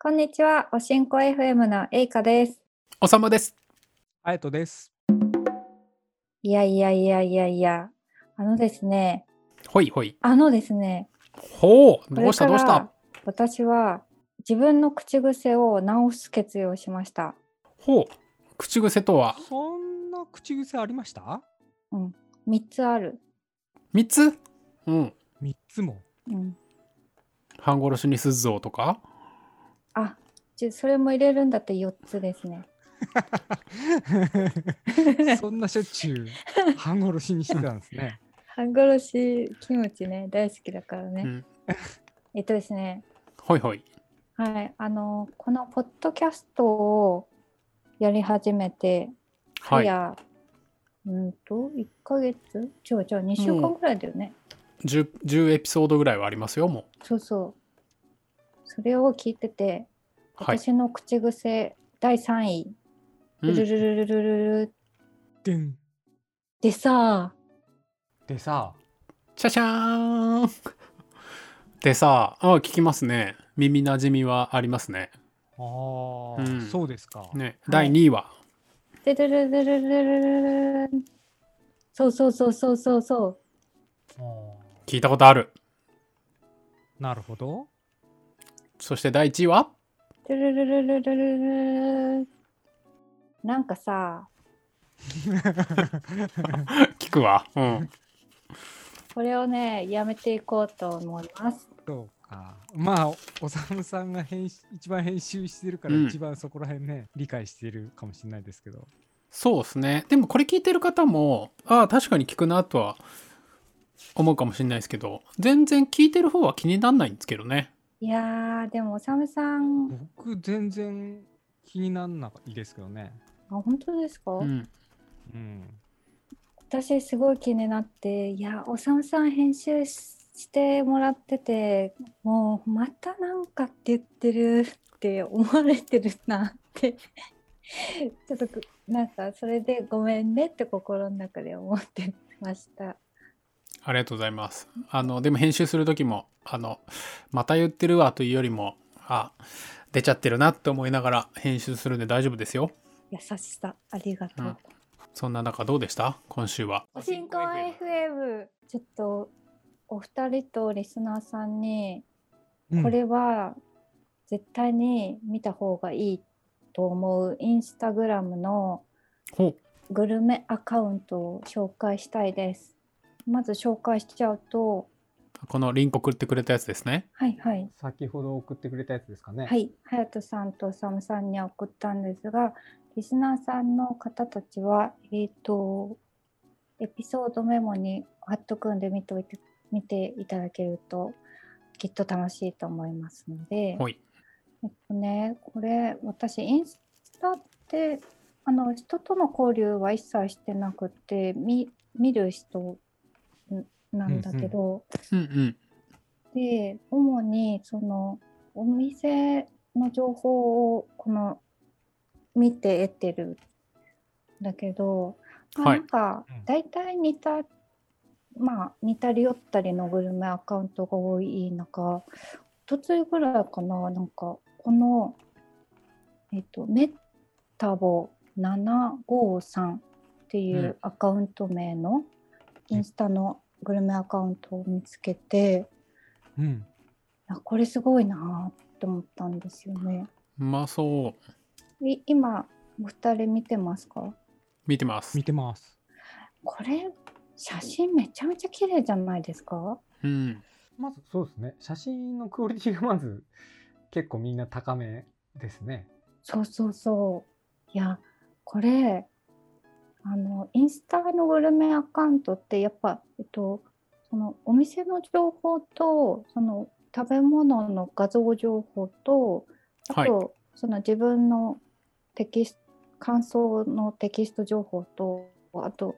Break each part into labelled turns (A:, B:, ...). A: こんにちは、おしんこ FM のえいかです。
B: おさまです。
C: あやとです。
A: いやいやいやいやいや、あのですね、
B: ほいほい。
A: あのですね、
B: ほう、
A: こ
B: ど
A: れ
B: うした
A: か
B: どうした
A: ら。私は自分の口癖を直す決意をしました。
B: ほう、口癖とは
C: そんな口癖ありました
A: 3つある。
B: 三つ。うん、
C: ?3 つも。
A: うん、
B: 半殺しにすっぞとか。
A: あじゃそれも入れるんだって4つですね。
C: そんなしょっちゅう半殺しにしてたんですね。
A: 半殺しキムチね、大好きだからね。
B: うん、
A: えっとですね、
B: ほいほい。
A: はい、あの、このポッドキャストをやり始めて、
B: はい
A: いや、うんと、1ヶ月違う違う、2週間ぐらいだよね。
B: 十、十エピソードぐらいはありますよ。も
A: そうそう。それを聞いてて、
B: う。はい。
A: 私の口癖第3位、
B: う
A: ルルル
B: ん、
A: ルルルルルっ
C: でん。
A: てさ、
C: でさ、
B: ちゃちゃーん。 でさ、あ、聞きますね。耳なじみはありますね。
C: ああ、
B: うん
C: そうですか。
B: ね、第二位は。
A: でルルルルルルルルそうそうそうそうそうそう。
C: あー
B: 聞いたことある。
C: なるほど。
B: そして第一位は。
A: ルルルルルルルルなんかさ、
B: 聞くわ。うん。
A: これをね、やめていこうと思います。
C: そうか。まあ、おさむさんが編集一番編集してるから、
B: うん
C: 一番そこら辺ね、理解してるかもしれないですけど。
B: そうですね。でもこれ聞いてる方も、ああ、確かに聞くなとは思うかもしれないですけど、全然聞いてる方は気にならないんですけどね。
A: いやー、でも、おさむさん、
C: 僕、全然気になんないですけどね。
A: あ本当ですか、
B: うん。
C: うん。
A: 私、すごい気になって、いや、おさむさん編集してもらってて、もう、またなんかって言ってるって思われてるなって、ちょっとく、なんか、それでごめんねって心の中で思ってました。
B: ありがとうございます。あの、でも編集する時も、あの、また言ってるわというよりも、あ、出ちゃってるなって思いながら編集するんで大丈夫ですよ。
A: 優しさ、ありがとう。
B: うんそんな中どうでした今週は。
A: おしんこ FM ちょっとお二人とリスナーさんに
C: うん
A: これは絶対に見た方がいいと思うインスタグラムの
B: ほ
A: グルメアカウントを紹介したいですまず紹介しちゃうと
B: う。このリンク送ってくれたやつですね。
A: はいはい
C: 先ほど送ってくれたやつですかね。
A: はい隼人さんとサムさんには送ったんですがリスナーさんの方たちはえっ、とエピソードメモに貼っとくんで見ておいて見ていただけるときっと楽しいと思いますので、
B: ほい。
A: えっとねこれ私インスタってあの人との交流は一切してなくて見見る人んなんだけど、
B: うんうん。
A: で主にそのお店の情報をこの見て得てるんだけど、まあ
B: はい
A: なんか
C: うん
A: 大体似た、まあ似たり寄ったりのグルメアカウントが多い中一昨日ぐらいかななんかこのえっとメッタボ753っていううんアカウント名のインスタのグルメアカウントを見つけて、
C: うん。
A: いやこれすごいなって思ったんですよね。
B: うまそう。
A: い今お二人見てますか
B: 見てます
C: 見。てます。
A: これ写真めちゃめちゃ綺麗じゃないですか
B: うん。
C: まずそうですね写真のクオリティがまず結構みんな高めですね。
A: そうそうそう。いやこれあのインスタのグルメアカウントってやっぱ、えっと、そのお店の情報とその食べ物の画像情報とあと、その自分のテキスト感想のテキスト情報とあと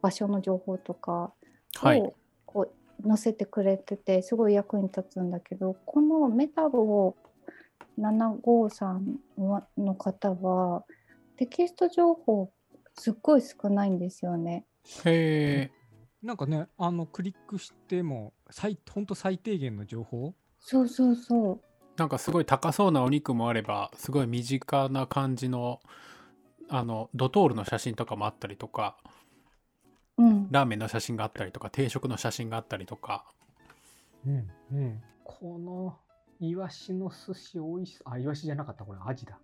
A: 場所の情報とか
B: はい。
A: をこう載せてくれててすごい役に立つんだけどこのメタボ753の方はテキスト情報すっごい少ないんですよね。
B: へえ。
C: なんかねあのクリックしても最ほんと最低限の情報
A: そうそうそう
B: なんかすごい高そうなお肉もあればすごい身近な感じのあのドトールの写真とかもあったりとか
A: うん、
B: ラーメンの写真があったりとか定食の写真があったりとか
C: うんうん。このイワシの寿司美味しそう。あ、イワシじゃなかった。これアジだ。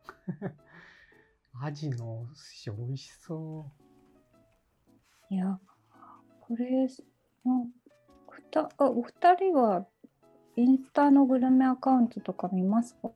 C: アジの寿司美味しそ
A: いやこれなんふたあお二人はインスタのグルメアカウントとか見ますか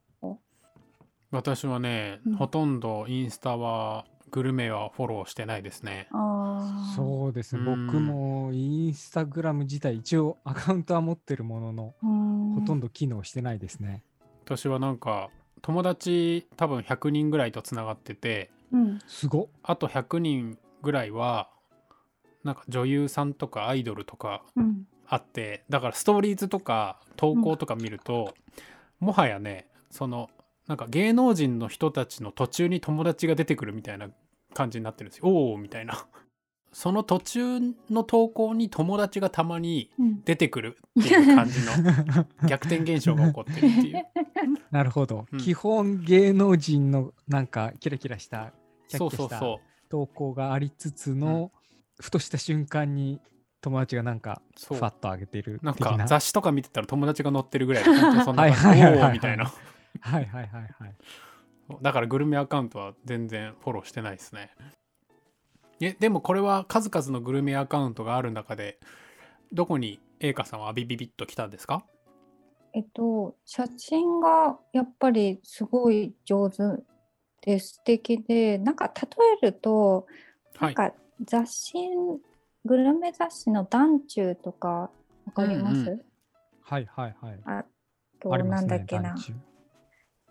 B: 私はね、
A: うん
B: ほとんどインスタはグルメはフォローしてないですね
A: ああ
C: そうですね。
B: うん
C: 僕もインスタグラム自体一応アカウントは持ってるものの、
A: ううん
C: ほとんど機能してないですね。
B: 私はなんか友達多分100人ぐらいとつながってて
A: うん
C: すごっ。
B: あと100人ぐらいはなんか女優さんとかアイドルとか
A: うん
B: あってだからストーリーズとか投稿とか見ると、もはやねそのなんか芸能人の人たちの途中に友達が出てくるみたいな感じになってるんですよおおみたいなその途中の投稿に友達がたまに
A: うん
B: 出てくるっていう感じの 逆転現象が起こってるっていう
C: なるほど、
B: うん
C: 基本芸能人のなんかキラキラしたキャ
B: そ
C: ッ
B: う
C: キ
B: そ
C: ャ
B: う
C: した
B: そう
C: 投稿がありつつの、ふとした瞬間に友達がなんか
B: そ
C: フ
B: う
C: ァッと上げてる
B: なん
C: 的な
B: か雑誌とか見てたら友達が載ってるぐらいの本当そんな
C: は
B: 感
C: い
B: じ
C: はいはい
B: お
C: はい
B: ーみたいな
C: はいはいはいはい
B: だからグルメアカウントは全然フォローしてないですねえでもこれは数々のグルメアカウントがある中でどこに栄華さんはビビビッと来たんですか
A: えっと写真がやっぱりすごい上手で素敵でなんか例えると
B: は
A: ないんか雑誌、グルメ雑誌の「ダンチュー」とかわかります、
B: うんうん
C: はいはいはい
A: あと
C: ありま
A: な
C: す
A: んだ
C: ね
A: っけな、
C: 団地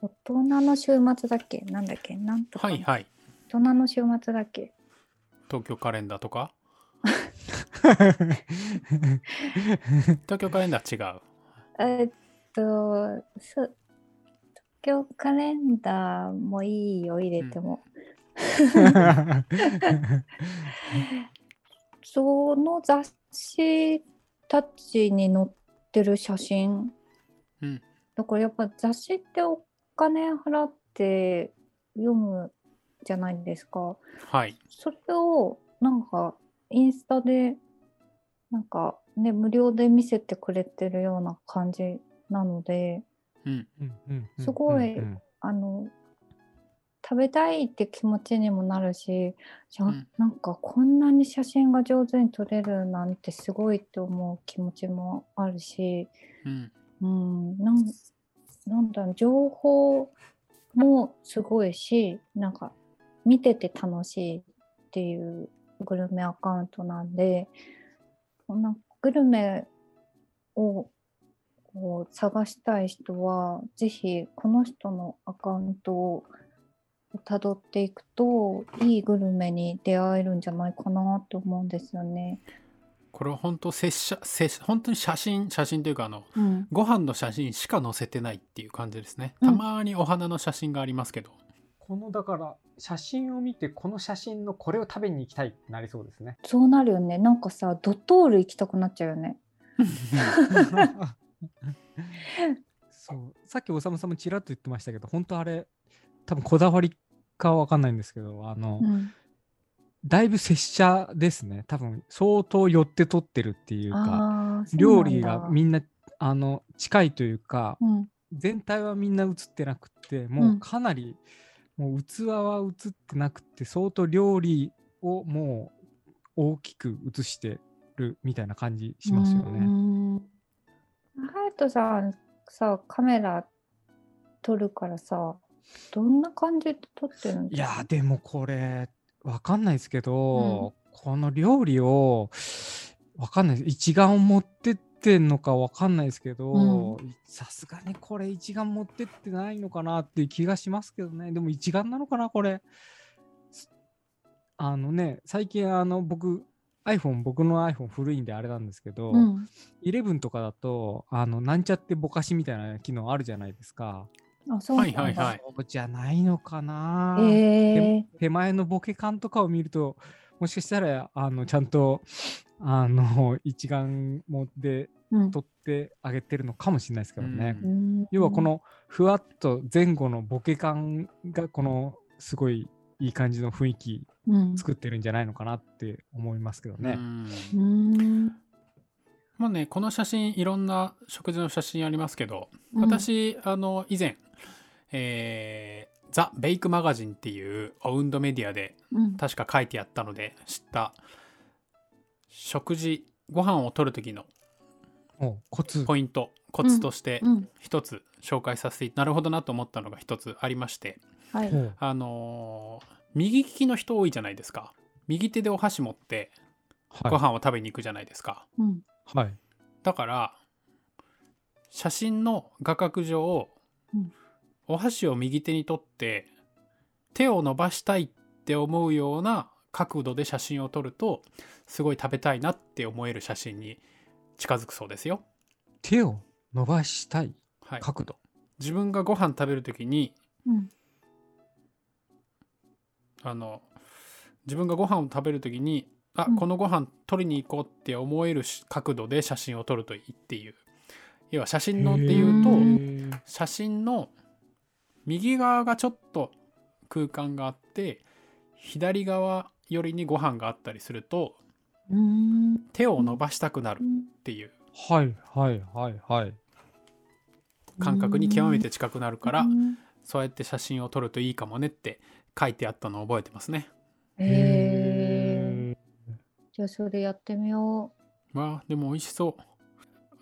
A: 大人の週末だっけなんだっけなんとか、
B: はいはい
A: 大人の週末だっけ
B: 東京カレンダーとか東京カレンダー違う
A: えっとす東京カレンダーもいいよ入れても、 その雑誌たちに載ってる写真、
B: うん
A: だからやっぱ雑誌ってお金払って読むじゃないですか
B: はい
A: それをなんかインスタでなんかね無料で見せてくれてるような感じなので
B: うん
C: うんうんうん
A: すごい
C: うんうん
A: あの食べたいって気持ちにもなるしじゃ
B: うん
A: なんかこんなに写真が上手に撮れるなんてすごいって思う気持ちもあるし、
B: うん
A: うん、なんなんだろう情報もすごいしなんか見てて楽しいっていうグルメアカウントなんでこんなグルメをこう探したい人はぜひこの人のアカウントをたどっていくといいグルメに出会えるんじゃないかなと思うんですよね。
B: これは本当拙者拙本当に写真写真というかあの
A: うん、
B: ご飯の写真しか載せてないっていう感じですね
A: うん
B: たまにお花の写真がありますけど、
C: このだから写真を見てこの写真のこれを食べに行きたいってなりそうですね
A: そうなるよねなんかさドトール行きたくなっちゃうよね。
C: そうさっきおさむさんもちらっと言ってましたけど本当あれ多分こだわりかわかんないんですけどあの、
A: うん
C: だいぶ拙者ですね多分相当寄って取ってるっていうか
A: あー
C: 料理がみ
A: ん
C: んなあの近いというか
A: な、うん、
C: 全体はみんな映ってなくて
A: う
C: もうんかなり、もう器は映ってなくて相当料理をもう大きく映してるみたいな感じしますよね。
A: ね。ハヤトさんさカメラ撮るからさどんな感じで撮ってるん
C: い
A: だ
C: やーでもこれわかんないですけど、この料理をわかんないです一眼を持ってってんのかわかんないですけどさすがにこれ一眼持ってってないのかなっていう気がしますけどねでも一眼なのかなこれすあのね最近あの僕 iPhone 僕の iPhone 古いんであれなんですけど、
A: うん、
C: 11とかだとあのなんちゃってぼかしみたいな機能あるじゃないですか、
A: あそうなんだ
B: はいはい
C: そうじゃないのかな
A: え
C: 手前のボケ感とかを見る ともしかしたらあのちゃんとあの一眼持って
A: うん
C: 取ってあげてるのかもしれないですけどね。
B: うん
A: うん
C: 要はこのふわっと前後のボケ感がこのすごいいい感じの雰囲気
A: うん
C: 作ってるんじゃないのかなって思いますけどね。
B: うん
A: うん
B: まあねこの写真いろんな食事の写真ありますけど、
A: うん
B: 私あの以前、えーザ・ベイクマガジンっていうオウンドメディアで
A: うん
B: 確か書いてやったので知った食事ご飯を取る時の
C: おうコツ。
B: ポイントコツとして
A: うん
B: 一つ紹介させて、なるほどなと思ったのが一つありまして
A: はい
C: おう
B: あのー右利きの人多いじゃないですか右手でお箸持ってご
C: は
B: 飯を食べに行くじゃないですか、
A: うん
C: い。はい。
B: だから写真の画角上、
A: うん
B: お箸を右手に取って手を伸ばしたいって思うような角度で写真を撮るとすごい食べたいなって思える写真に近づくそうですよ。
C: 手を伸ばしたい
B: はい、
C: 角度。
B: 自分がご飯食べる時に
A: うん
B: あの自分がご飯を食べる時にあ、
A: うん
B: このご飯取りに行こうって思えるし角度で写真を撮るといいっていう要は写真のっていうと。
C: うと。
B: 写真の右側がちょっと空間があって左側寄りにご飯があったりすると
A: うん
B: 手を伸ばしたくなるっていう
C: はいはいはいはい。
B: 感覚に極めて近くなるから
A: うん
B: そうやって写真を撮るといいかもねって書いてあったのを覚えてますね。
A: へえじゃあそれやってみよ
B: わあでも美味しそう。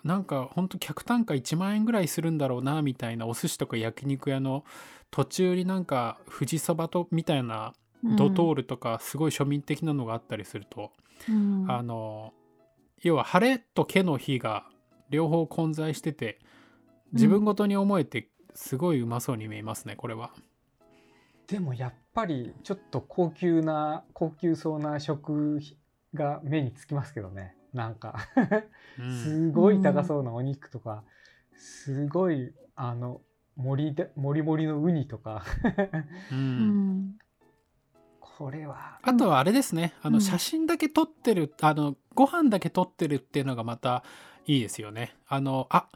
B: なんかほんと客単価1万円ぐらいするんだろうなみたいなお寿司とか焼肉屋の途中になんか富士そばとみたいな
A: う。
B: ドトールとかすごい庶民的なのがあったりすると
A: うん、うん
B: あの要は晴れと毛の日が両方混在してて自分ごとに思えてすごいうまそうに見えますねこれは。
C: でもやっぱりちょっと高級な高級そうな食が目につきますけどねなんか
B: うん
C: すごい高そうなお肉とか、すごいあの盛りで盛り盛りのウニとか
B: う
A: うんん
C: これは
B: あとはあれですねあ
A: う
B: の
A: ん
B: 写真だけ撮ってるあのご飯だけ撮ってるっていうのがまたいいですよね。あのあ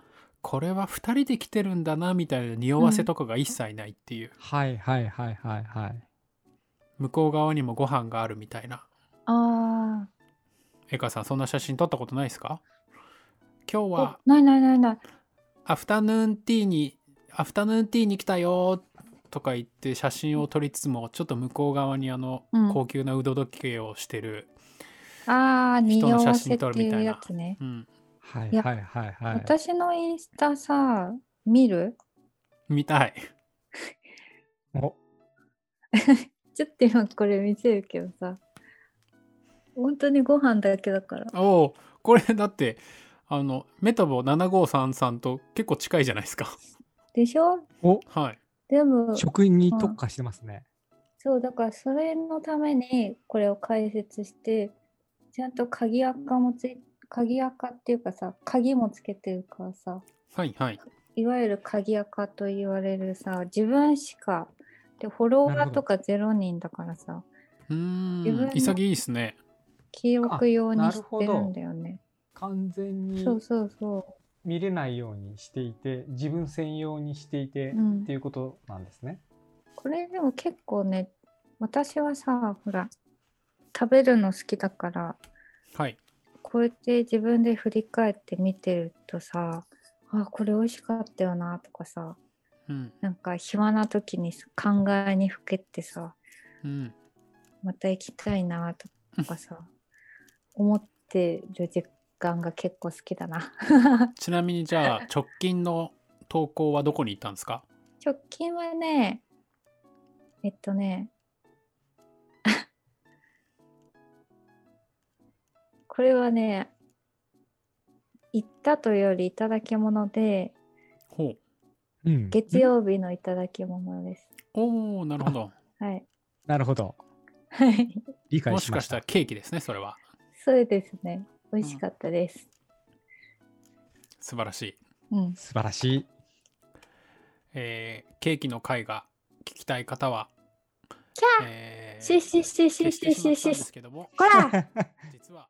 B: これは2人で来てるんだなみたいな匂わせとかが一切ないっていう、
C: はいはいはいはいはい
B: 向こう側にもご飯があるみたいな。
A: あ
B: えかさんそんな写真撮ったことないですか今日
A: あ
B: は
A: おないないないない
B: アフタヌーンティーにアフタヌーンティーに来たよとか言って写真を撮りつつもちょっと向こう側にあの
A: うん
B: 高級な腕時計をしてる、
A: ああ
B: 人
A: 匂
B: の写
A: わせ
B: 真
A: っ
B: 撮る
A: て
B: み
A: い
B: た
A: う
B: いな
A: やつね、
B: うん
C: はい
A: いや
C: はいはいはい
A: 私のインスタさ見る
B: 見たい
C: お
A: ちょっと今これ見せるけどさ本当にご飯だけだから
B: おおこれだってあのメタボ7533と結構近いじゃないですか
A: でしょ
C: お
B: はい
A: でも
C: 食品に特化してますね、
A: そうだからそれのためにこれを解説してちゃんと鍵垢もつい鍵垢っていうかさ鍵もつけてるからさ
B: はいはい
A: いわゆる鍵垢と言われるさ自分しかでフォロ
C: な
A: ワ
C: る
A: ー
C: ほど
A: とか0人だからさ
B: うー
A: 自分
B: ん
A: の
B: 潔いですね
A: 記憶用
C: あな
A: に
C: る
A: し
C: ほ
A: て
C: ど
A: るんだよね
C: 完全に
A: そうそうそ
C: 見れないようにしていて自分専用にしていて、
A: う、うん
C: って、いうことなんですね
A: これでも結構ね私はさほら食べるの好きだから
B: はい
A: こうやって自分で振り返って見てるとさあこれ美味しかったよなとかさ
B: うん
A: なんか暇な時にさ考えにふけってさ
B: うん
A: また行きたいなとかさ思ってる時間が結構好きだな
B: ちなみにじゃあ直近の投稿はどこに行ったんですか
A: 直近はねえっとねこれはね行ったというよりいただき物で
B: ほう
C: うん
A: 月曜日のいただき物です。
B: おおなるほど
A: はい。
C: なるほど
A: はい。
C: 理解
B: も
C: し
B: し
C: ま
B: か
C: し
B: したたらケーキですねそれは
A: そうですね。美味しかったです。
B: 素晴らしい
A: うん。
C: 素晴らしい
B: えーケーキの回が聞きたい方は、えー
A: シッシッシッシッ
B: 消して
A: シッ
B: し
A: シッシッ
B: まったんで
A: シッ
B: す。けども、
A: こら
B: 実は。